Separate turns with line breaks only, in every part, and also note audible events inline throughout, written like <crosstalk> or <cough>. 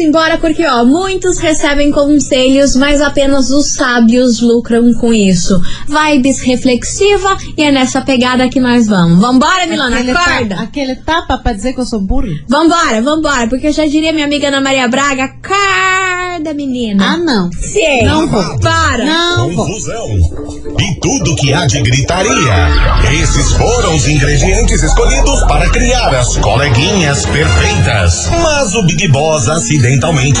embora porque, ó, muitos recebem conselhos, mas apenas os sábios lucram com isso. Vibes reflexiva e é nessa pegada que nós vamos. Vambora, Milana,
aquele
acorda!
ta- aquele tapa pra dizer que eu sou burro?
Vambora, vambora, porque já diria minha amiga Ana Maria Braga, acorda,
Ah,
menina.
não.
Sim.
Não vou.
Para.
Não vou.
Confusão e tudo que há de gritaria. Esses foram os ingredientes escolhidos para criar as coleguinhas perfeitas. Mas o Big Boss acidentalmente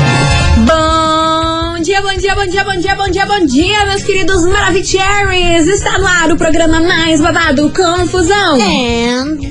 Bom dia, bom dia, bom dia, bom dia, bom dia, bom dia, meus queridos Maravicheries! Está no ar o programa mais babado, Confusão!
É.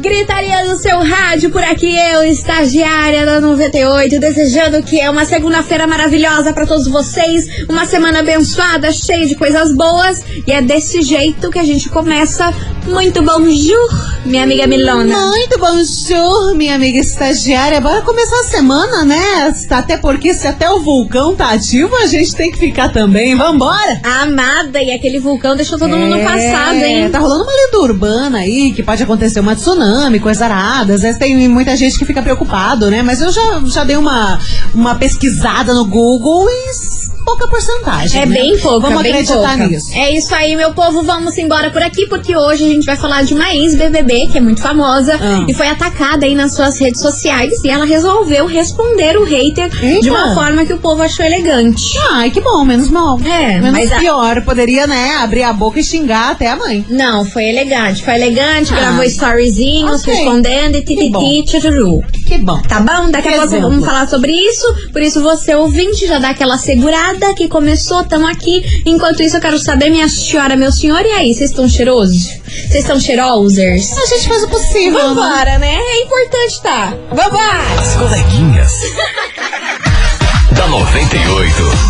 Gritaria no seu rádio por aqui, eu, estagiária da 98, desejando que é uma segunda-feira maravilhosa pra todos vocês, uma semana abençoada, cheia de coisas boas, e é desse jeito que a gente começa. Muito bonjour, minha amiga Milona.
Muito bonjour, minha amiga estagiária. Bora começar a semana, né? Até porque se até o vulcão tá ativo, a gente tem que ficar também. Vambora!
Amada, e aquele vulcão deixou todo mundo
É,
passado, hein?
Tá rolando uma lenda urbana aí, que pode acontecer uma tsunami, coisas aradas. né? Tem muita gente que fica preocupado, né? Mas eu já, já dei uma, uma pesquisada no Google e s- pouca porcentagem.
É
né?
bem pouco,
Vamos
bem
acreditar
pouca.
nisso.
É isso aí, meu povo. Vamos embora por aqui, porque hoje a gente vai falar de uma ex-BBB, que é muito famosa,
Ah.
e foi atacada aí nas suas redes sociais. E ela resolveu responder o hater
Eita.
de uma forma que o povo achou elegante.
Ai, que bom, menos mal.
É,
menos
mas a-
pior. Poderia, né, abrir a boca e xingar até a mãe.
Não, foi elegante. Foi elegante,
Ah.
gravou storyzinhos,
Ok.
respondendo e
bom.
tititi, tchururu.
Que bom.
Tá bom? Daqui a pouco
Exemplo.
vamos falar sobre isso. Por isso, você ouvinte já dá aquela segurada que começou, tamo aqui. Enquanto isso, eu quero saber, minha senhora, meu senhor, e aí? Vocês estão cheirosos? Vocês estão cheirosers?
A gente faz o possível. né?
Vambora, né? É importante tá. Vambora!
As coleguinhas. da 98.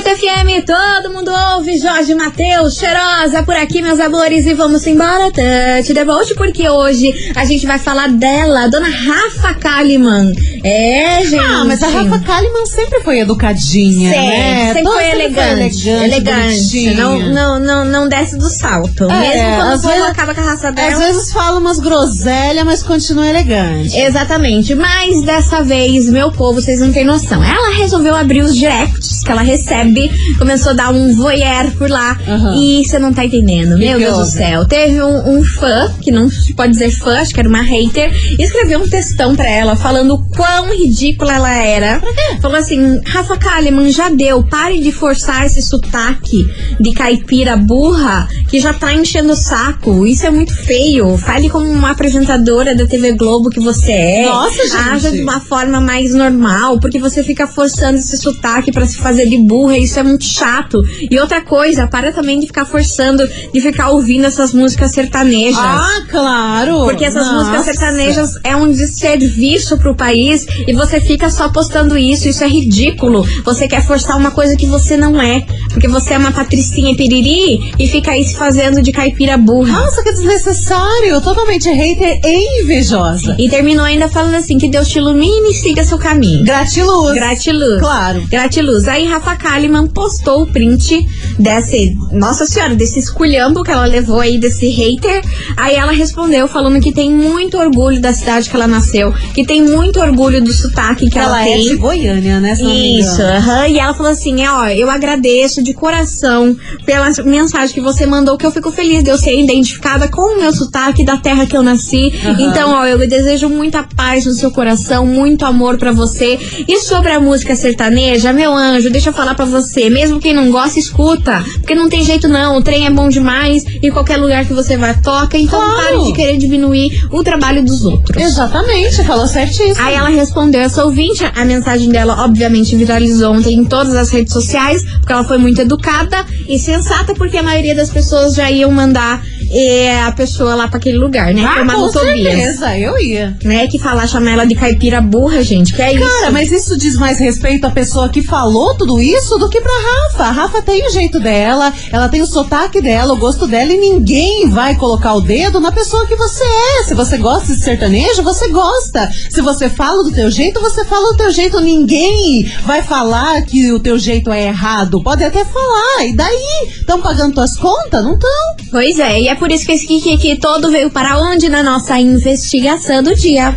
98 FM, todo mundo ouve, Jorge Matheus, cheirosa por aqui, meus amores, e vamos embora, Tante Devolte, porque hoje a gente vai falar dela, dona Rafa Kalimann. É, gente.
Ah, mas a Rafa Kalimann sempre foi educadinha,
Sempre,
né?
sempre
Toda
foi elegante.
elegante,
elegante.
bonitinha.
Não, não, não, não desce do salto.
É,
Mesmo quando
às
foi,
vezes-
acaba com a raça é dela.
Às vezes fala umas groselhas, mas continua elegante.
Exatamente, mas dessa vez, meu povo, vocês não têm noção. Ela resolveu abrir os directs que ela recebe, começou a dar um voyeur por lá.
Aham.
E você não tá entendendo, meu
que
Deus do
houve?
céu. Teve um, um fã, que não se pode dizer fã, acho que era uma hater, escreveu um textão pra ela falando o quão ridícula ela era. Falou assim: Rafa Kalimann, já deu, pare de forçar esse sotaque de caipira burra que já tá enchendo o saco. Isso é muito feio. Fale como uma apresentadora da TV Globo que você é.
Nossa, gente.
Haja de uma forma mais normal, porque você fica forçando esse sotaque pra se fazer de burra, e isso é muito chato. E outra coisa, para também de ficar forçando, de ficar ouvindo essas músicas sertanejas.
Ah, claro!
Porque essas músicas
Nossa.
sertanejas é um desserviço pro país e você fica só postando isso, isso é ridículo. Você quer forçar uma coisa que você não é. Porque você é uma patricinha piriri e fica aí se fazendo de caipira burra.
Nossa, que desnecessário! Totalmente hater e invejosa.
E terminou ainda falando assim: que Deus te ilumine e siga seu caminho.
Gratiluz.
Gratiluz.
Claro.
Gratiluz. Aí Rafa Kalimann postou o print desse, nossa senhora, desse esculhambo que ela levou aí desse hater. Aí ela respondeu falando que tem muito orgulho da cidade que ela nasceu, que tem muito orgulho do sotaque que, ela,
Ela é
tem.
de Goiânia, né? se não me
Isso,
engano.
aham. e ela falou assim: é, ó, eu agradeço de coração pela mensagem que você mandou, que eu fico feliz de eu ser identificada com o meu sotaque da terra que eu nasci. Então, ó, eu desejo muita paz no seu coração, muito amor pra você. E sobre a música sertaneja, meu anjo, deixa eu falar pra você, mesmo quem não gosta, escuta, porque não tem jeito não, o trem é bom demais e qualquer lugar que você vai toca, então
Claro.
pare de querer diminuir o trabalho dos outros.
Exatamente, falou certíssimo.
Aí ela respondeu essa ouvinte. A mensagem dela, obviamente, viralizou ontem em todas as redes sociais, porque ela foi muito educada e sensata, porque a maioria das pessoas já iam mandar é, a pessoa lá pra aquele lugar, né?
Ah,
Chamar
com
no Tobias.
certeza, eu ia.
Né? Que falar, chamar ela de caipira burra, gente. Que é
Cara,
isso?
mas isso diz mais respeito à pessoa que falou tudo isso do que pra Rafa. A Rafa tem o jeito dela, ela tem o sotaque dela, o gosto dela, e ninguém vai colocar o dedo na pessoa que você é. Se você gosta de sertanejo, você gosta. Se você fala do teu jeito, você fala do teu jeito. Ninguém vai falar que o teu jeito é errado. Pode até falar. E daí? Estão pagando tuas contas? Não estão.
Pois é, e é por isso que esse Kiki todo veio para onde? Na nossa investigação do dia.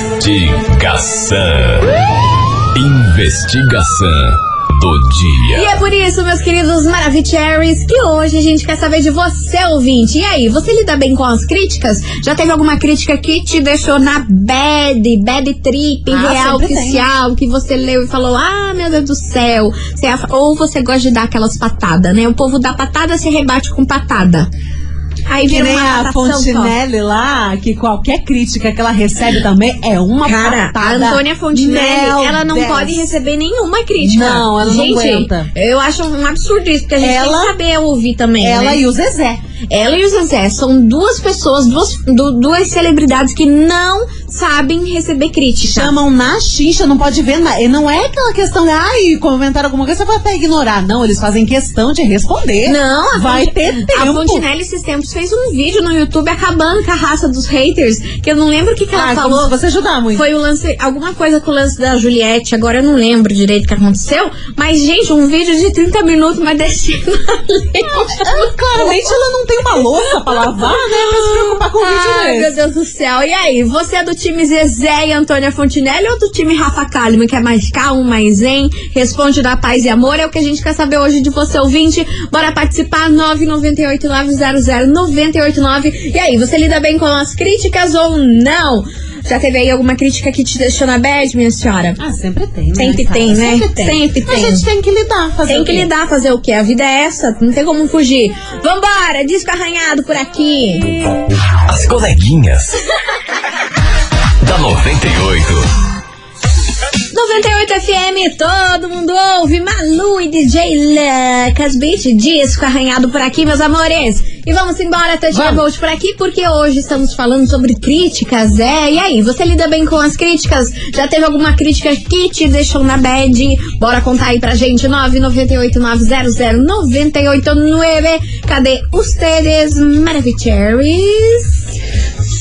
Investigação. Investigação do
E
dia.
é por isso, meus queridos Maravicheries, que hoje a gente quer saber de você, ouvinte. E aí, você lida bem com as críticas? Já teve alguma crítica que te deixou na bad, bad trip,
Ah,
real
sempre tem.
oficial, que você leu e falou, ah, meu Deus do céu. Você é a- Ou você gosta de dar aquelas patadas, né? O povo dá patada, se rebate com patada. Aí
Que
vira
nem
uma
a
latação só.
Fontinelli lá, que qualquer crítica que ela recebe também é uma
Cara,
patada.
a Antônia Fontinelli,
Meu
ela não
Deus.
pode receber nenhuma crítica.
Não, ela não
gente,
aguenta.
Eu acho um absurdo isso, porque a gente
Ela-
tem que saber ouvir também.
Ela
né?
e o Zezé.
Ela e o Zezé são duas pessoas, duas, du- duas celebridades que não sabem receber crítica.
Chamam na xincha, não pode ver nada. E não é aquela questão de, ai, comentaram alguma coisa, você vai até ignorar. Não, eles fazem questão de responder.
Não, a
Vai
Fonte-
ter
A
tempo.
Fontinelli esses tempos fez um vídeo no YouTube acabando com a raça dos haters, que eu não lembro o que, que ela
Ah, como
falou.
se você ajudar muito.
Foi o lance, alguma coisa com o lance da Juliette, agora eu não lembro direito o que aconteceu, mas gente, um vídeo de 30 minutos, mas descendo
Ah, claramente ela não tem uma louça pra lavar, né? Pra se preocupar com o vídeo
Ai, meu
desse.
Deus do céu. E aí, você é do time Zezé e Antônia Fontinelli ou do time Rafa Kalimann, que é mais calmo, mais zen, responde da paz e amor? É o que a gente quer saber hoje de você, ouvinte. Bora participar, 998-900-989. E aí, você lida bem com as críticas ou não? Já teve aí alguma crítica que te deixou na bad, minha senhora?
Ah, sempre tem, né?
Sempre
cara?
tem, né?
Sempre tem.
Sempre tem.
A gente tem que lidar, fazer
Tem
o
que
quê?
lidar, fazer o quê? A vida é essa, não tem como fugir. Vambora, disco arranhado por aqui.
As coleguinhas. da 98.
98 FM, todo mundo ouve. Malu e DJ Lucas Beat, disco arranhado por aqui, meus amores. E vamos embora, Tatiana
Vamos.
Bolt por aqui, porque hoje estamos falando sobre críticas, é. E aí, você lida bem com as críticas? Já teve alguma crítica que te deixou na bad? Bora contar aí pra gente, 998-900-989. Cadê ustedes, maravilhosos?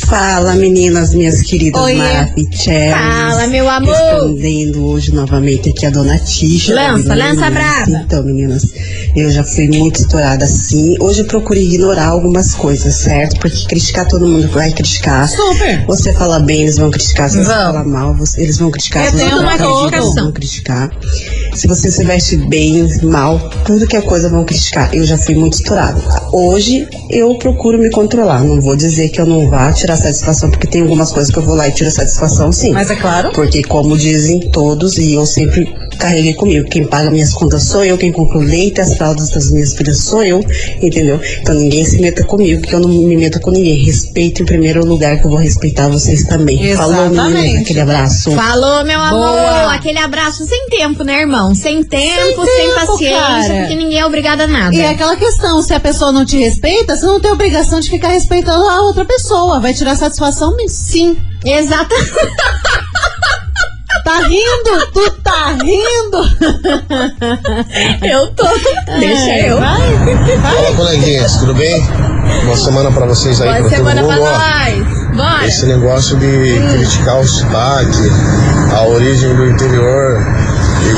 Fala meninas, minhas queridas
Oiê.
maravilhosas.
Fala, meu amor.
Respondendo hoje novamente aqui a dona Tisha.
Lança,
Meninas,
lança braba.
Então, meninas, eu já fui muito estourada assim. Hoje eu procurei ignorar algumas coisas, certo? Porque criticar todo mundo vai criticar.
Super.
Você fala bem, eles vão criticar. Se você
Vão.
fala mal, você- eles vão criticar.
É
Se você
tudo uma
fala mal,
criticação.
eles vão criticar. Se você se veste bem, mal, tudo que é coisa vão criticar. Eu já fui muito estourada. Hoje eu procuro me controlar. Não vou dizer que eu não vá tirar satisfação, porque tem algumas coisas que eu vou lá e tiro satisfação, sim.
Mas é claro.
Porque como dizem todos, e eu sempre carreguei comigo, quem paga minhas contas sou eu, quem compra o leite, as fraldas das minhas filhas sou eu, entendeu? Então ninguém se meta comigo, que eu não me meto com ninguém. Respeito em primeiro lugar, que eu vou respeitar vocês também. Falou,
Exatamente.
meninas, aquele abraço.
Falou, meu amor!
Boa.
Aquele abraço sem tempo, né, irmão? Sem tempo, sem,
tempo,
paciência,
cara.
porque ninguém é obrigado a nada.
E é aquela questão, se a pessoa não te respeita, você não tem obrigação de ficar respeitando a outra pessoa. Vai tirar satisfação? Sim.
Exata.
Tá rindo? Tu tá rindo? É,
Eu
<laughs>
tô. Deixa eu.
Vai.
Fala, coleguinhas, tudo bem? Boa semana pra vocês aí,
Boa
pra todo
semana pra
mundo.
nós.
Ó,
Bora.
esse negócio de criticar o sotaque, a origem do interior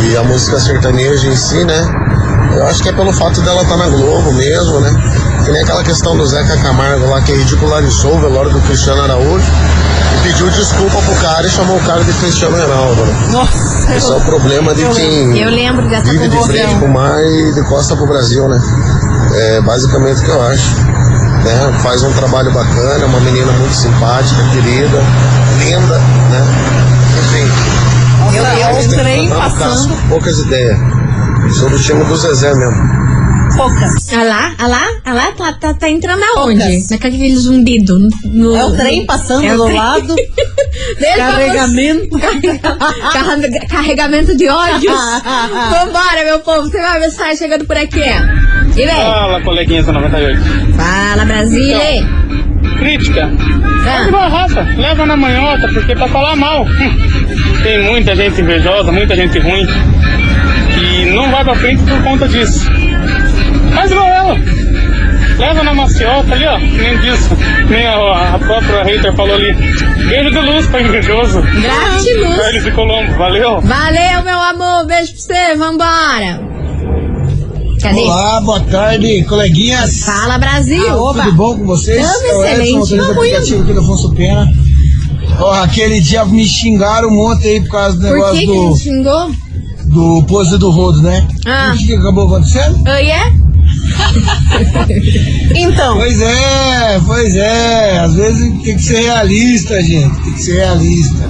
e a música sertaneja em si, né? Eu acho que é pelo fato dela estar na Globo mesmo, né? Que nem aquela questão do Zeca Camargo lá que ridicularizou o velório do Cristiano Araújo e pediu desculpa pro cara e chamou o cara de Cristiano Ronaldo, né?
Nossa.
Esse é o problema de quem
Eu lembro dessa
vive de
confusão.
frente com o mar e de costa pro Brasil, né? É basicamente o que eu acho. Né? Faz um trabalho bacana, uma menina muito simpática, querida, linda, né? Enfim,
Eu vi um
tem
trem
que botar no caso,
passando.
poucas ideias. Sou do time do Zezé mesmo.
Poucas.
Olha Ah lá, olha lá, olha lá, tá, tá, tá entrando aonde?
Poucas.
Naquele zumbido. No,
É o trem passando
É o
do
trem. <laughs>
lado.
Deixa
Carregamento. <laughs>
Carrega- Carregamento de ódios. Vambora, meu povo. Tem uma mensagem chegando por aqui. é. E
Ah.
vem.
Fala, coleguinha da 98.
Fala, Brasília.
Então,
hein?
Crítica.
Ah.
Pode raça, leva na manhota, porque pra falar mal. <laughs> hum, Tem muita gente invejosa, muita gente ruim. E não vai pra frente por conta disso. Mas igual ela. Leva na maciota ali, ó. que Nem disso. Nem a, a própria hater falou ali. Beijo de luz pra invejoso.
Gratiluz.
Velho de Colombo, valeu.
Valeu, meu amor. Beijo pra você. Vambora. Cadê?
Olá, boa tarde, coleguinhas.
Fala, Brasil.
Tudo bom com vocês?
Tamo
É o
excelente.
Edson, motorista
Tamo
aplicativo aqui do Afonso Pena. Ó, aquele dia me xingaram um monte aí por causa do
Por que
negócio
que ele
do,
xingou?
do pose do rodo, né?
Ah.
E O que que acabou acontecendo?
Oi, é?
Então,
Pois é, pois é. Às vezes tem que ser realista, gente. Tem que ser realista.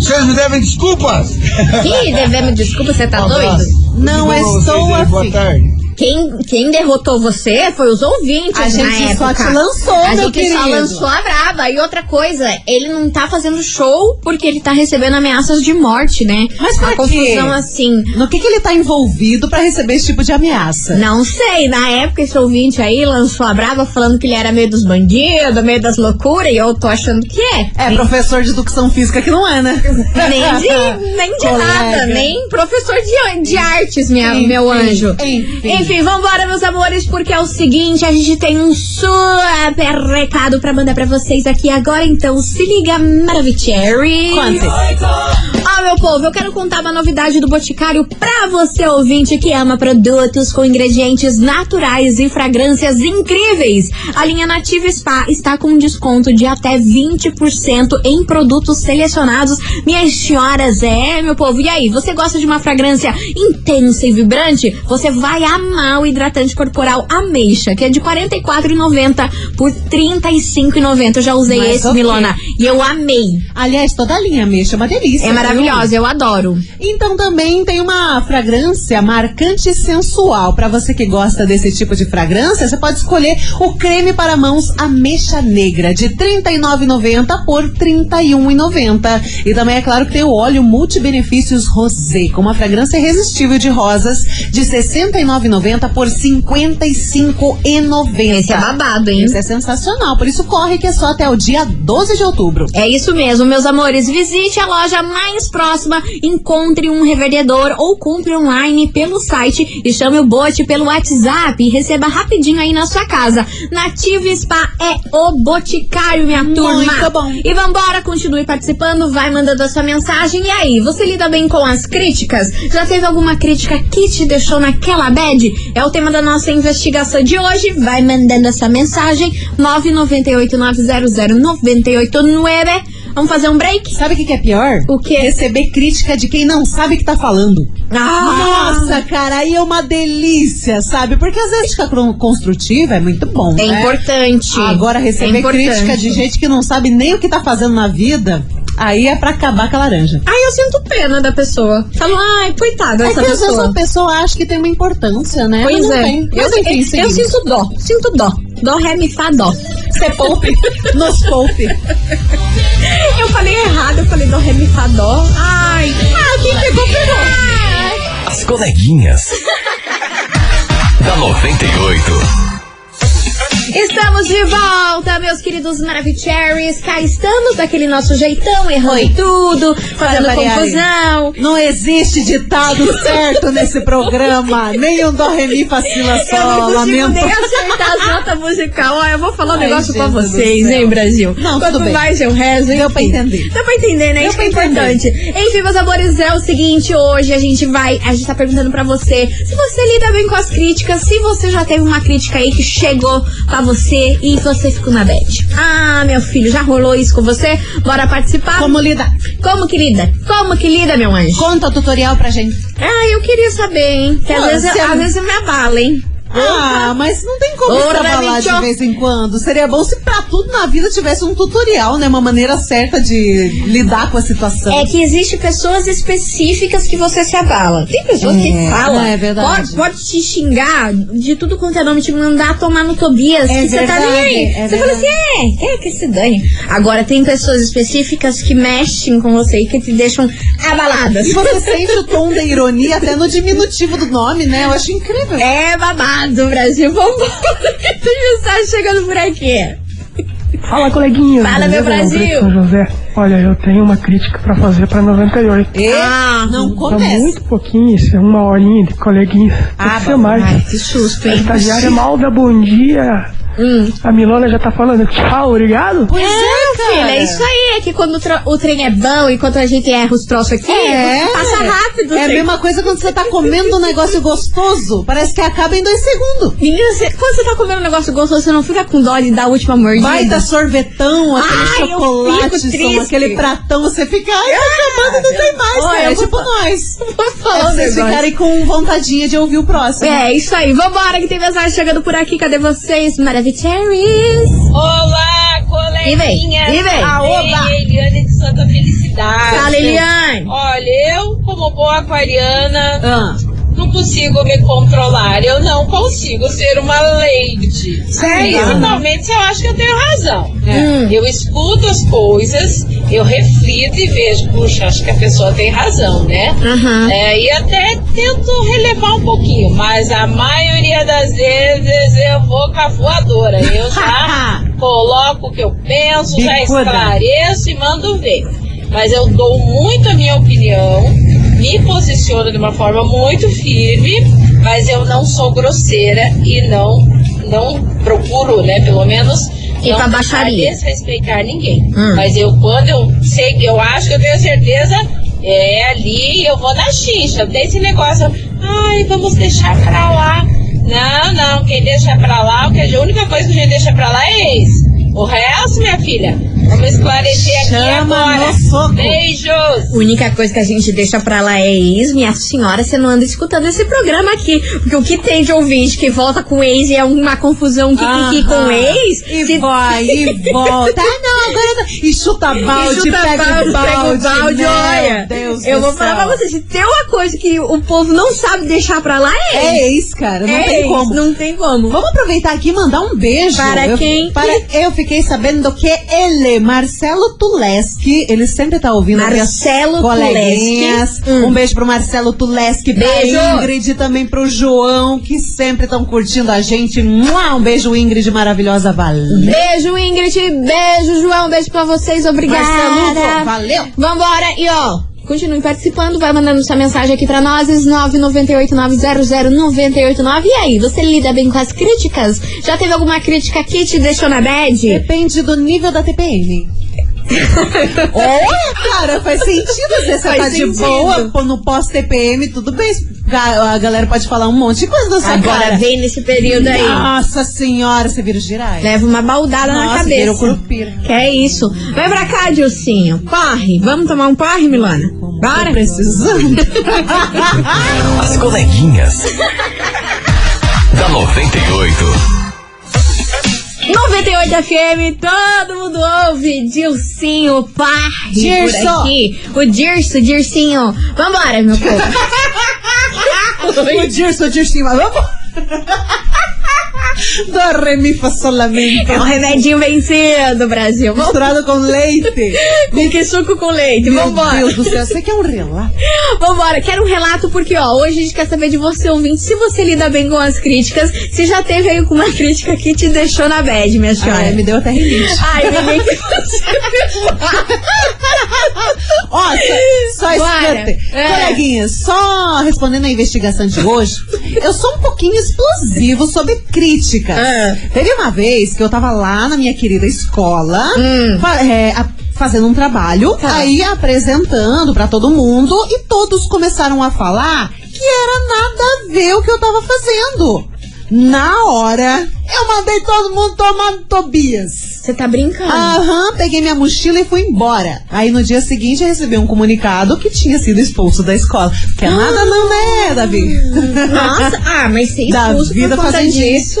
Vocês me devem desculpas. <laughs>
Ih, devemos desculpa, você tá
Um
doido?
abraço. Tudo
Não
<laughs>
é um
bom com
estou
vocês aí? Boa
afim.
tarde.
Quem, quem derrotou você foi os ouvintes,
A gente
na
só
época.
te lançou,
A
meu
gente só
querido.
lançou a braba. E outra coisa, ele não tá fazendo show porque ele tá recebendo ameaças de morte, né?
Mas pra
Uma confusão
quê?
assim.
no que, que ele tá envolvido pra receber esse tipo de ameaça?
Não sei, na época esse ouvinte aí lançou a braba falando que ele era meio dos bandidos, meio das loucuras, e eu tô achando que é.
É professor de educação física que não é, né?
Nem de, nem de
Colega.
nada, nem professor de, de artes, minha,
Enfim,
meu anjo.
enfim.
enfim, vambora, meus amores, porque é o seguinte: a gente tem um super recado pra mandar pra vocês aqui agora, então se liga, Maravicherry.
Conte.
Ó, meu povo, eu quero contar uma novidade do Boticário pra você, ouvinte, que ama produtos com ingredientes naturais e fragrâncias incríveis. A linha Nativa Spa está com um desconto de até 20% em produtos selecionados. Minhas senhoras, é, meu povo. E aí, você gosta de uma fragrância intensa e vibrante? Você vai amar o hidratante corporal Ameixa, que é de R$ 44,90 por R$ 35,90. Eu já usei
Mas
esse,
ok.
Milona, e eu amei.
<laughs> Aliás, toda a linha mexa é uma delícia.
É
viu?
maravilhosa, eu adoro.
Então também tem uma fragrância marcante e sensual. Pra você que gosta desse tipo de fragrância, você pode escolher o creme para mãos ameixa negra de R$ 39,90 por R$ 31,90. E também é claro que tem o óleo multibenefícios rosé com uma fragrância irresistível de rosas de R$ 69,90 por R$ 55,90.
Esse é babado, hein?
Isso é sensacional, por isso corre que é só até o dia 12 de outubro.
É isso mesmo, meus amores. Visite a loja mais próxima, encontre um revendedor ou compre online pelo site e chame o bote pelo WhatsApp e receba rapidinho aí na sua casa. Nativa Spa é o boticário, minha turma.
Muito bom.
E vambora, continue participando, vai mandando a sua mensagem. E aí, você lida bem com as críticas? Já teve alguma crítica que te deixou naquela bad? É o tema da nossa investigação de hoje. Vai mandando a sua mensagem. 998-900-989. Vamos fazer um break?
Sabe o que, que é pior?
O quê?
Receber crítica de quem não sabe o que tá falando.
Ah!
Nossa, cara, aí é uma delícia, sabe? Porque às vezes fica cron- construtiva, é muito bom,
É
né?
importante.
Agora,
É
receber
importante.
crítica de gente que não sabe nem o que tá fazendo na vida, aí é pra acabar com a laranja.
Ai, eu sinto pena da pessoa. Falo, ai, coitada
É que
essa
às vezes
pessoa.
a pessoa acha que tem uma importância, né? Mas
Pois
não
é.
tem.
Eu,
Mas enfim,
eu- eu
seguimos.
sinto dó. Sinto dó. Dó, ré, mi, fá, dó. é
Você poupe, <laughs> nos poupe.
Eu falei errado, eu falei dó, ré, mi, fá, dó. Ai. É. Ah, quem pegou, pegou.
As coleguinhas. da 98.
Estamos de volta, meus queridos Maravicheries. Cá estamos daquele nosso jeitão, errando
Oi.
tudo, fazendo
Para variar,
confusão.
Não existe ditado certo nesse programa. Nem um dó, ré, mi, fá, si, lá,
Eu não
sol.
consigo
Lamento.
nem acertar as notas musicais. Ó, eu vou falar um
Ai,
negócio pra
Jesus do
vocês,
céu.
hein, Brasil?
Não,
Quanto
tudo bem.
mais eu rezo, hein?
Deu pra entender.
Deu pra entender, né?
Deu
Isso que é
pra entender.
importante. Enfim, meus amores, é o seguinte, hoje a gente vai, a gente tá perguntando pra você se você lida bem com as críticas, se você já teve uma crítica aí que chegou pra você e você ficou na bad. Ah, meu filho, já rolou isso com você? Bora participar?
Como lidar?
Como que lida? Como que lida, meu anjo?
Conta o tutorial pra gente.
Ah, eu queria saber, hein? Que às
Pô,
vezes,
você- é um
às vezes eu me abala, hein?
Ah, mas não tem como
Ora,
trabalhar
bicho.
de vez em quando. Seria bom se pra tudo na vida tivesse um tutorial, né? Uma maneira certa de lidar com a situação.
É que existe pessoas específicas que você se abala. Tem pessoas que
É,
falam.
é verdade.
Pode, pode te xingar de tudo quanto é nome, te mandar tomar no Tobias.
É
que você tá nem
verdade,
aí.
é
você fala assim, é, quer que se dane. Agora, tem pessoas específicas que mexem com você e que te deixam abaladas.
<laughs> E você sente o tom da ironia até no diminutivo do nome, né? Eu acho incrível.
É babado, do Brasil Bombom. Tem mensagem tá chegando por aqui.
Fala, coleguinha.
Fala, meu
Beleza?
Brasil.
São José, olha, eu tenho uma crítica pra fazer pra 98.
E não
Tá
começa.
muito pouquinho isso, é uma horinha de coleguinha. Tem
Ah,
que ser
bom,
mais.
Ai, que susto,
A
hein? Hum.
estagiária mal dá bom dia. A Milona já tá falando tchau, obrigado.
Pois é,
É,
cara.
filha, é isso aí. É que quando o, tro- o trem é bom e quando a gente erra os troços aqui,
É.
passa rápido. o
É a
trem.
mesma coisa quando você tá comendo um negócio gostoso. Parece que acaba em dois segundos.
Menina, você- quando você tá comendo um negócio gostoso, você não fica com dó de dar a última mordida?
Baita
<laughs>
sorvetão, aquele
Ai, Ah, eu
chocolate,
fico
são,
triste.
aquele pratão, você fica, ai, tá acabando, não tem mais,
Olha,
cara. É
eu vou
tipo nós. É pra
um
vocês
negócio.
ficarem com vontadinha de ouvir o próximo.
É, isso aí. Vambora, que tem mensagem chegando por aqui. Cadê vocês, Maravicheries?
Olá, coleguinha.
E vem, e vem.
Aoba. Eliane de Santa Felicidade.
Fala, Eliane.
Olha, eu, como boa aquariana,
Ah,
não consigo me controlar. Eu não consigo ser uma lady.
É,
Sério?
Normalmente eu acho que eu tenho razão. né?
Hum.
Eu escuto as coisas, eu reflito e vejo, puxa, acho que a pessoa tem razão, né?
Uhum.
Aham.
É, e até tento relevar um pouquinho, mas a maioria das vezes eu vou com a voadora.
<laughs>
Eu já coloco o que eu penso, já
Bicuda.
esclareço e mando ver. Mas eu dou muito a minha opinião, me posiciono de uma forma muito firme, mas eu não sou grosseira e não, não procuro, né, pelo menos.
Ir
não
pra
tentar
baixaria.
desrespeitar ninguém.
Hum.
Mas eu, quando eu sei, eu acho que eu tenho certeza, é ali, eu vou na xixa. Tem esse negócio, ai, vamos deixar pra lá. Não, não, quem deixa pra lá, o que a única coisa que a gente deixa pra lá é esse. O resto, minha filha, vamos esclarecer aqui
Chama
agora.
no soco.
Beijos!
A única coisa que a gente deixa pra lá é ex, minha senhora, você não anda escutando esse programa aqui. Porque o que tem de ouvinte que volta com ex e é uma confusão que, que, que com
Aham.
ex,
E
se-
vai, e volta. Ah, não, agora tá. E chuta balde,
Isso tá
pega,
balde,
o balde.
pega o balde,
meu
olha.
Deus
eu
do
vou
céu.
falar pra vocês, se tem uma coisa que o povo não sabe deixar pra lá é ex.
É isso, cara. Não
É
tem
ex,
como.
Não tem como.
Vamos aproveitar aqui e mandar um beijo.
Para
Eu-
quem?
Para eu fiquei sabendo que ele, Marcelo Tuleski, ele sempre tá ouvindo aqui as
Marcelo
coleguinhas.
Tuleski. Hum.
Um beijo pro Marcelo Tuleski,
Beijo.
pra Ingrid e também pro João, que sempre estão curtindo a gente. Mua! Um beijo, Ingrid, maravilhosa, valeu.
Beijo, Ingrid. Beijo, João. Beijo pra vocês. Obrigada.
Marcelo, valeu.
Vambora. E ó, continue participando. Vai mandando sua mensagem aqui pra nós. 998900989. E aí, você lida bem com as críticas? Já teve alguma crítica que te deixou na bad?
Depende do nível da TPM. <laughs> Olha, cara, faz sentido às vezes você
Faz
tá de
sentido.
boa, pô, no pós-TPM, tudo bem. A a galera pode falar um monte de coisa da sua cara.
Agora vem nesse período aí. Né?
Nossa senhora, você vira o girai.
Leva uma baldada na
Nossa,
cabeça.
virou curupira.
Que é isso. Vai pra cá, Dilcinho. Corre. Vamos tomar um porre, Milana? Bora.
Tô precisando.
As coleguinhas. da 98.
98 FM, todo mundo ouve. Dilcinho, par por
Dirso.
aqui. O Dirso, Dircinho. Vambora, meu povo.
o Dirso, o Dirsinho,
<laughs>
mas vamos. Do re mi fa solamente.
É um remedinho vencido, Brasil. Vamos
Misturado com leite.
com que suco com leite. Vambora.
Meu Deus do céu, você quer um relato?
Vambora, quero um relato porque, ó, hoje a gente quer saber de você, ouvinte, se você lida bem com as críticas, se já teve aí alguma crítica que te deixou na bad, minha senhora.
Ai, Ah, é, me deu até rinite.
Ai, ninguém que você
Ó, só, só
Bora.
escutem.
É.
Coleguinhas, só respondendo a investigação de hoje, eu sou um pouquinho explosivo sobre críticas.
É.
Teve uma vez que eu tava lá na minha querida escola,
Hum.
fa- é, a- fazendo um trabalho,
Tá.
aí apresentando pra todo mundo, e todos começaram a falar que era nada a ver o que eu tava fazendo. Na hora, eu mandei todo mundo tomar no Tobias.
Você tá brincando.
Aham, peguei minha mochila e fui embora. Aí no dia seguinte eu recebi um comunicado que tinha sido expulso da escola. Que é nada não é, Davi. <laughs>
Nossa, ah, mas você
Da
expulso
vida
por conta
fazendista.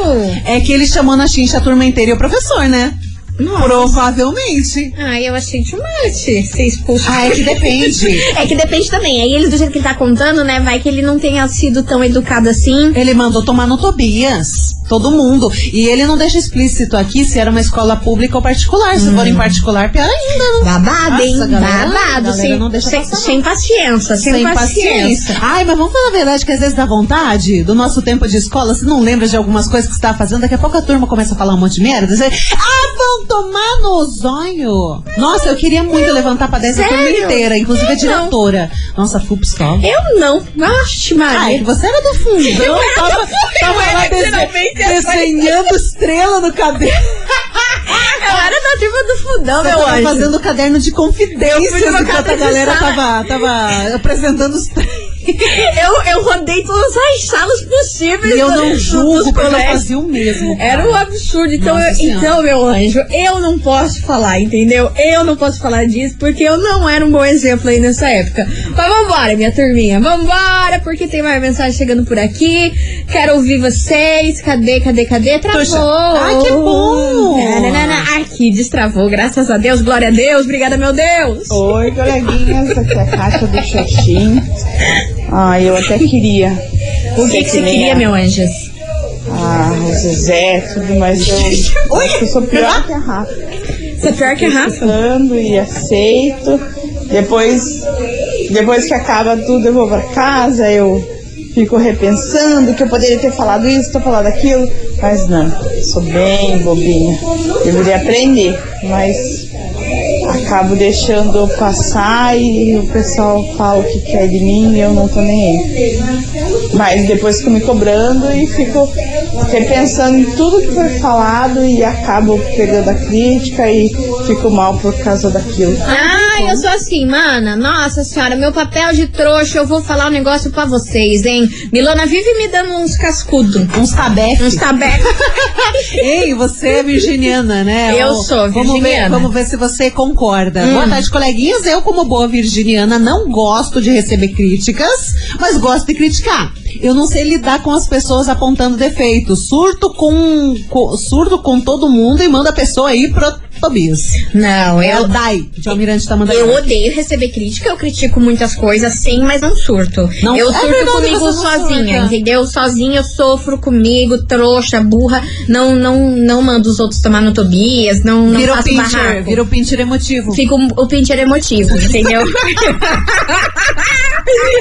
disso.
É que ele chamou na chincha a turma inteira e o professor, né?
Nossa.
Provavelmente.
Ai, eu achei demais ser expulso.
Ah, é que depende.
É que depende também. Aí ele, do jeito que ele tá contando, né? Vai que ele não tenha sido tão educado assim.
Ele mandou tomar no Tobias. Todo mundo. E ele não deixa explícito aqui se era uma escola pública ou particular. Se
Hum.
for em particular, pior ainda, né?
Babado, hein?
Nossa, galera,
Babado.
galera
Sem,
não deixa
sem,
passar, não.
sem paciência, sem, paciência.
Ai, mas vamos falar a verdade que às vezes dá vontade do nosso tempo de escola, você não lembra de algumas coisas que você tá fazendo, daqui a pouco a turma começa a falar um monte de merda, você, ah, vão tomar no zonho. Nossa, eu queria muito levantar pra dessa turma
sério?
inteira, inclusive a
Eu não.
diretora. Nossa, fui pistola.
Eu não. Oxe,
Ai,
Maria.
que você era do fundo. Eu
É era
tava,
do fundo,
tava
eu
lá
era
desen-
literalmente a
desenhando estrela no caderno.
Ah, Eu era da turma do fundão,
Você
meu
tava
anjo.
fazendo caderno de
Eu fui
confidências
numa
enquanto a
caderno de
galera
sala.
tava, tava apresentando os
<laughs> Eu, eu rodei todas as salas possíveis.
E eu
do-
não
do-
julgo,
dos
porque eu
colégios.
fazia o mesmo. cara.
Era um absurdo. Então,
Nossa
eu-
Senhora.
então, meu anjo, eu não posso falar, entendeu? Eu não posso falar disso porque eu não era um bom exemplo aí nessa época. Mas vambora, minha turminha. Vambora, porque tem mais mensagem chegando por aqui. Quero ouvir vocês. Cadê, cadê, cadê? Travou.
Poxa. Ai, que bom.
Nananana. Aqui, destravou. Graças a Deus. Glória a Deus. Obrigada, meu Deus.
Oi, coleguinhas, aqui é a Caixa do Xaxim. Ah, eu até queria.
O que, que você queria, meu anjo?
Ah, o Zezé, tudo,
<laughs>
mas eu acho que eu sou pior que a Rafa.
Você é pior que a Rafa?
Ficando e aceito. Depois, depois que acaba tudo, eu vou pra casa, eu fico repensando que eu poderia ter falado isso, ter falado aquilo, mas não, sou bem bobinha. Deveria aprender, mas acabo deixando passar e o pessoal fala o que quer de mim e eu não tô nem aí. Mas depois fico me cobrando e fico repensando em tudo que foi falado e acabo pegando a crítica e fico mal por causa daquilo.
Ah, eu sou assim, mana. Nossa senhora, meu papel de trouxa, eu vou falar um negócio pra vocês, hein? Milona vive me dando uns cascudo.
Uns tabefes.
Uns
<laughs>
tabecos.
Um Ei, você é virginiana,
<laughs>
né?
Eu
Ó,
sou
Vamos ver,
virginiana.
vamos ver se você concorda.
Hum.
Boa tarde, coleguinhas. Eu, como boa virginiana, não gosto de receber críticas, mas gosto de criticar. Eu não sei lidar com as pessoas apontando defeitos. Surto com, co- surto com todo mundo e manda a pessoa ir pro Tobias.
Não,
É o
eu.
Dai, de Almirante tá mandando.
Eu odeio receber crítica, eu critico muitas coisas, sim, mas não surto.
Não-
eu
É
surto
verdade,
comigo
você não
sozinha,
surta.
entendeu? Sozinha eu sofro comigo, trouxa, burra. Não, não, não mando os outros tomar no Tobias, não, não
Vira o
faço
pincher,
barraco.
vira o pincher emotivo.
Fica um- o pincher emotivo,
<laughs>
entendeu?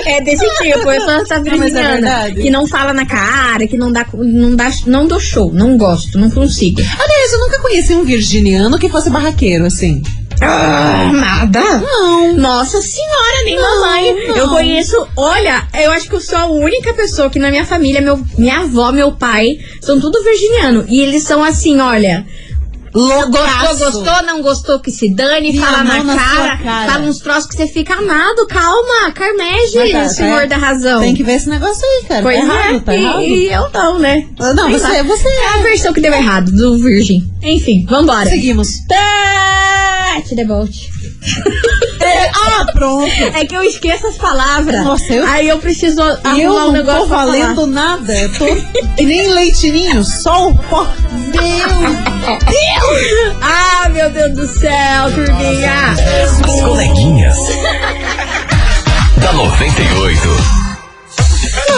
é desse tipo, eu sou essa
Não, mas é
virginiana
verdade.
que não fala na cara, que não dá, não dá, não dou show, não gosto, não consigo.
Aliás, eu nunca conheci um virginiano que fosse barraqueiro, assim.
Ah, nada?
Não.
Nossa senhora, nem mamãe.
não.
Eu conheço, olha, eu acho que eu sou a única pessoa que na minha família, meu, minha avó, meu pai, são tudo virginiano. E eles são assim, olha. Gostou,
Loucaço.
gostou, não gostou, que se dane,
Minha
fala na
mão na sua
cara,
cara.
fala uns troços que você fica amado, calma, Carmege,
Mas tá,
senhor
tá-
da razão.
Tem que ver esse negócio aí, cara.
Pois
tá errado,
é,
tá
e,
errado.
e eu não, né?
Ah, Não,
Sei
você,
lá.
você
É a versão que deu errado, do Virgem. Enfim, vambora.
Seguimos.
Tati Debolt.
Ah, pronto.
É que eu esqueço as palavras.
Nossa, eu-
Aí eu preciso arrumar
Eu
um
não
negócio
tô
pra falar.
valendo nada. Eu tô que nem leitinho, só o pó. Deus.
Ah, meu Deus do céu, turminha.
As coleguinhas. da 98.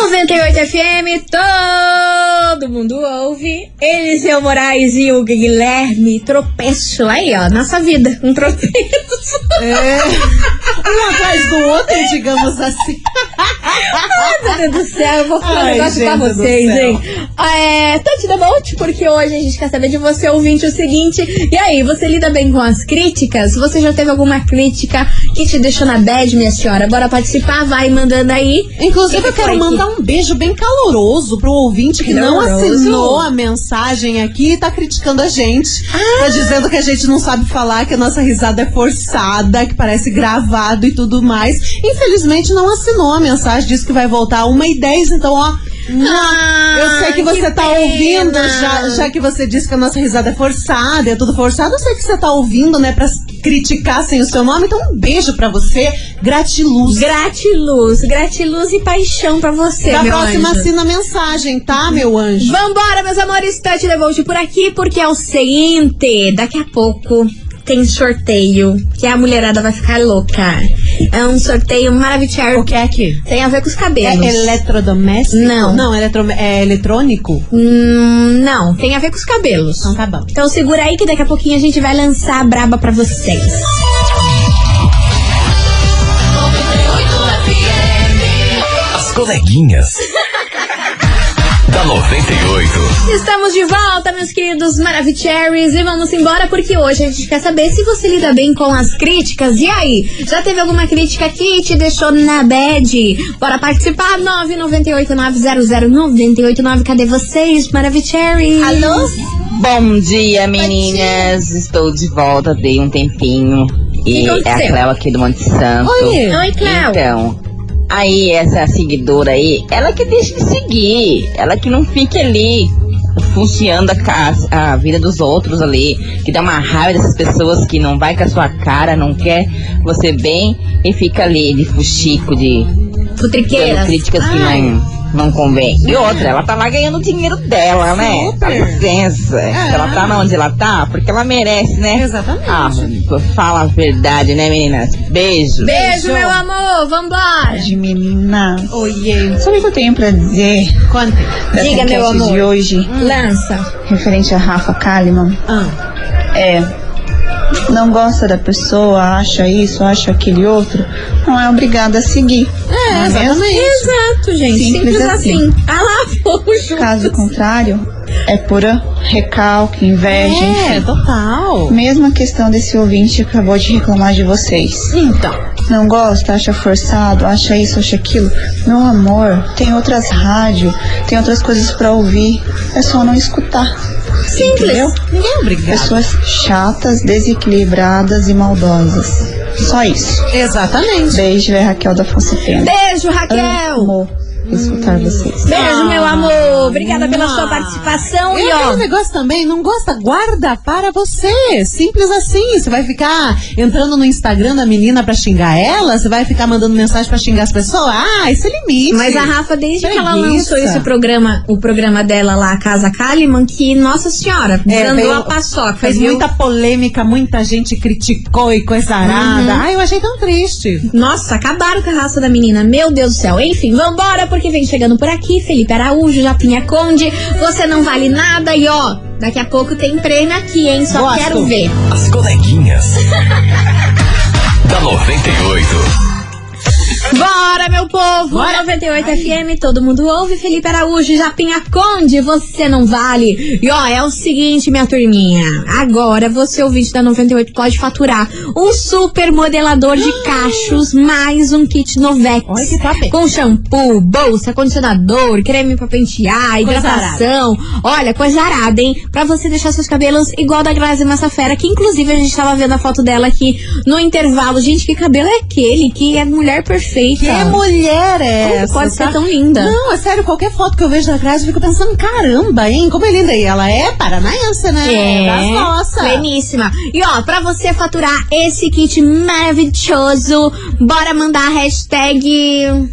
98 FM, todo mundo ouve. Eliseu Moraes e o Guilherme tropeço. Aí, ó, nossa vida, um tropeço.
É. Um atrás do outro, digamos assim.
Ai, meu Deus do céu, eu vou falar um
Ai,
negócio pra
gente do
vocês,
céu.
hein? É, Tati da Bolt, porque hoje a gente quer saber de você, ouvinte, o seguinte. E aí, você lida bem com as críticas? Você já teve alguma crítica que te deixou na bad, minha senhora? Bora participar, vai mandando aí.
Inclusive,
Quem que foi
eu quero
aqui?
mandar um beijo bem caloroso pro ouvinte que não
Caloroso.
assinou a mensagem aqui e tá criticando a gente.
Ah!
Tá dizendo que a gente não sabe falar, que a nossa risada é forçada, que parece gravado e tudo mais. Infelizmente, não assinou a mensagem, disse que vai voltar uma e dez, então, ó.
Ah,
eu sei que você
que
tá
pena.
ouvindo, já, já que você disse que a nossa risada é forçada, é tudo forçado, eu sei que você tá ouvindo, né, pra criticar sem o seu nome, então um beijo pra você, gratiluz.
Gratiluz, gratiluz e paixão pra você,
Da
meu
próxima
anjo.
assina a mensagem, tá, meu anjo?
Vambora, meus amores, Tati Devolte por aqui, porque é o seguinte, daqui a pouco tem sorteio, que a mulherada vai ficar louca. É um sorteio maravilhoso.
O que é que?
Tem a ver com os cabelos.
É eletrodoméstico?
Não.
Não, eletro, é eletrônico?
Hum, não, tem a ver com os cabelos.
Então tá bom.
Então segura aí que daqui a pouquinho a gente vai lançar a braba pra vocês.
As coleguinhas. da 98.
Estamos de volta, meus queridos Maravicheries, e vamos embora porque hoje a gente quer saber se você lida bem com as críticas. E aí, já teve alguma crítica que te deixou na bad? Bora participar? 998-900-989. Cadê vocês, Maravicheries?
Alô? Bom dia, meninas. Estou de volta, dei um tempinho. E
aconteceu?
é a Cléo aqui do Monte Santo.
Oi. Oi, Cléo.
Então, aí essa seguidora aí, ela que deixa de seguir, ela que não fica ali funciando a, casa, a vida dos outros ali, que dá uma raiva dessas pessoas que não vai com a sua cara, não quer você bem e fica ali de fuxico, de dando
Futriqueiras.
críticas que
Ai.
não... Não convém. E outra, ela tá lá ganhando o dinheiro dela, né? Dá licença. Ela tá na onde ela tá, porque ela merece, né?
Exatamente.
Ah, fala a verdade, né, meninas? Beijo.
Beijo, meu amor. Vambora.
de menina.
Oiê.
Sabe o que eu tenho pra dizer?
Quanto?
dessa
é
Diga, meu
enquete
amor.
de hoje,
Lança.
referente a Rafa Kalimann?
Ah,
É. Não gosta da pessoa, acha isso, acha aquele outro, não é obrigada a seguir. não
É,
mesmo?
exatamente. Exato, gente. Simples,
Simples
assim.
assim.
Ah lá, puxo.
Caso contrário, é pura recalque, inveja.
é,
enfim.
total.
Mesma questão desse ouvinte que acabou de reclamar de vocês.
Então,
não gosta, acha forçado, acha isso, acha aquilo. Meu amor, tem outras rádios, tem outras coisas pra ouvir. É só não escutar.
Simples.
Entendeu?
ninguém é obrigado.
Pessoas chatas, desequilibradas e maldosas. Só isso.
Exatamente.
Beijo, é Raquel da Fonsepena.
Beijo, Raquel.
Amo escutar vocês.
Beijo, meu amor. Obrigada pela
Ah.
sua participação.
E
E ó,
aquele negócio também, não gosta, guarda para você. Simples assim. Você vai ficar entrando no Instagram da menina pra xingar ela? Você vai ficar mandando mensagem pra xingar as pessoas? Ah, esse é limite.
Mas a Rafa, desde que ela
Preguiça.
lançou esse programa, o programa dela lá, a Casa Kalimann, que, nossa senhora,
É,
desandou
veio-
a paçoca,
Fez
viu?
muita polêmica, muita gente criticou e coisa arada.
Uhum.
Ai, eu achei tão triste.
Nossa, acabaram com a raça da menina, meu Deus do céu. Enfim, vambora, porque vem chegando por aqui Felipe Araújo, Japinha Conde, você não vale nada e ó, daqui a pouco tem prêmio aqui, hein? Só
Gosto.
quero ver.
As coleguinhas. da 98.
Bora, meu povo!
Bora.
98 FM, todo mundo ouve. Felipe Araújo, Japinha Conde, você não vale. E ó, é o seguinte, minha turminha. Agora você, ouvinte da 98, pode faturar um super modelador de cachos, mais um kit Novex.
Olha que top.
Com shampoo, bolsa, condicionador, creme pra pentear,
Coisa
hidratação. Olha, coisa arada, hein? Pra você deixar seus cabelos igual da Grazi Massafera, que inclusive a gente tava vendo a foto dela aqui no intervalo. Gente, que cabelo é aquele? Que é mulher perfeita.
Que mulher
Como
é
que
essa?
pode ser
tá?
tão linda?
Não, é sério, qualquer foto que eu vejo da Grazi, eu fico pensando, caramba, hein? Como é linda. E ela é paranaense, né?
É,
Das nossas.
pleníssima. E ó, pra você faturar esse kit maravilhoso, bora mandar a hashtag.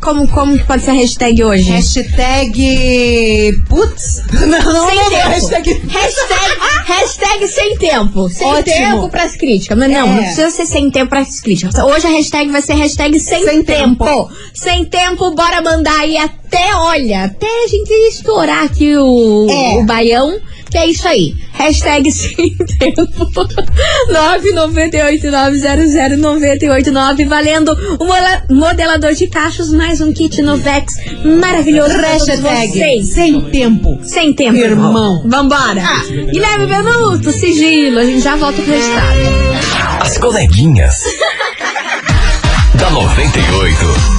Como, como que pode ser a hashtag hoje?
Hashtag. Putz. <laughs> Não, não,
sem
não,
tempo.
hashtag.
Hashtag, hashtag sem tempo. Sem
Ótimo.
tempo pras críticas. Mas não,
É.
não precisa ser sem tempo pras críticas. Hoje a hashtag vai ser hashtag sem,
Sem
tempo.
tempo.
Sem tempo, bora mandar aí até, olha, até a gente estourar aqui o,
É.
o baião. Que é isso aí. Hashtag <laughs> sem tempo. 998900989 valendo o mola- modelador de cachos mais um kit Novex maravilhoso pra todos
Hashtag.
vocês.
Sem tempo.
Sem tempo,
Irmão. Ah.
Vambora. Guilherme Benuto, sigilo. A gente já volta pro estado.
As coleguinhas. da 98.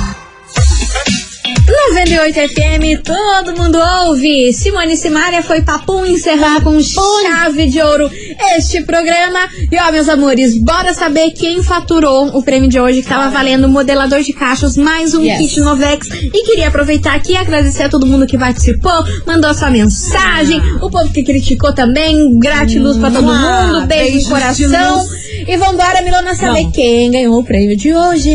98 FM, todo mundo ouve. Simone Simaria foi papum encerrar com chave de ouro este programa. E ó, meus amores, bora saber quem faturou o prêmio de hoje que tava valendo o modelador de caixas, mais um
Yes.
kit Novex. E queria aproveitar aqui e agradecer a todo mundo que participou, mandou sua mensagem, o povo que criticou também. Gratiluz pra todo
Mua,
mundo, beijo no
beijos
coração.
de luz.
E vambora, Milona, saber
Vamos.
quem ganhou o prêmio de hoje.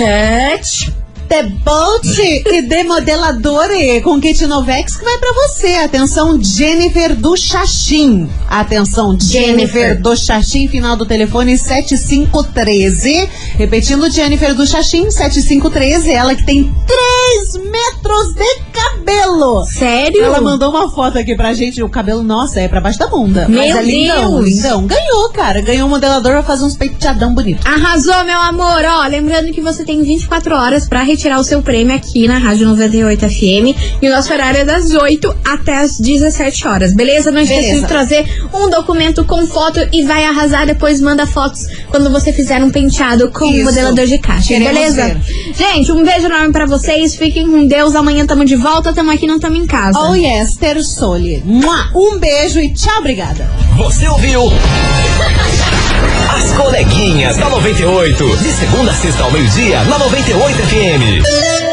Touch.
debout e demodeladore com kit Novex que vai pra você. Atenção, Jennifer do Xaxim. Atenção, Jennifer do Xaxim, final do telefone 7513. Repetindo, Jennifer do Xaxim, 7513. Ela que tem 3 metros de cabelo.
Sério?
Ela mandou uma foto aqui pra gente. O cabelo, nossa, é pra baixo da bunda.
Meu
Mas é lindão,
Deus.
lindão. Ganhou, cara. Ganhou um modelador pra fazer uns penteadão bonito.
Arrasou, meu amor! Ó, lembrando que você tem 24 horas pra retirar o seu prêmio aqui na Rádio 98 FM. E o nosso horário é das 8 até as 17 horas, beleza? Não esqueça
Beleza.
de trazer um documento com foto e vai arrasar. Depois manda fotos quando você fizer um penteado com o
Isso.
modelador de caixa,
Queremos
beleza?
ver.
Gente, um beijo enorme pra vocês. Fiquem com Deus. Amanhã tamo de volta. Tamo aqui, não tamo em casa.
Oh yes, ter sole. Um beijo e tchau, obrigada.
Você ouviu? As coleguinhas da 98. De segunda a sexta ao meio-dia, na 98 FM.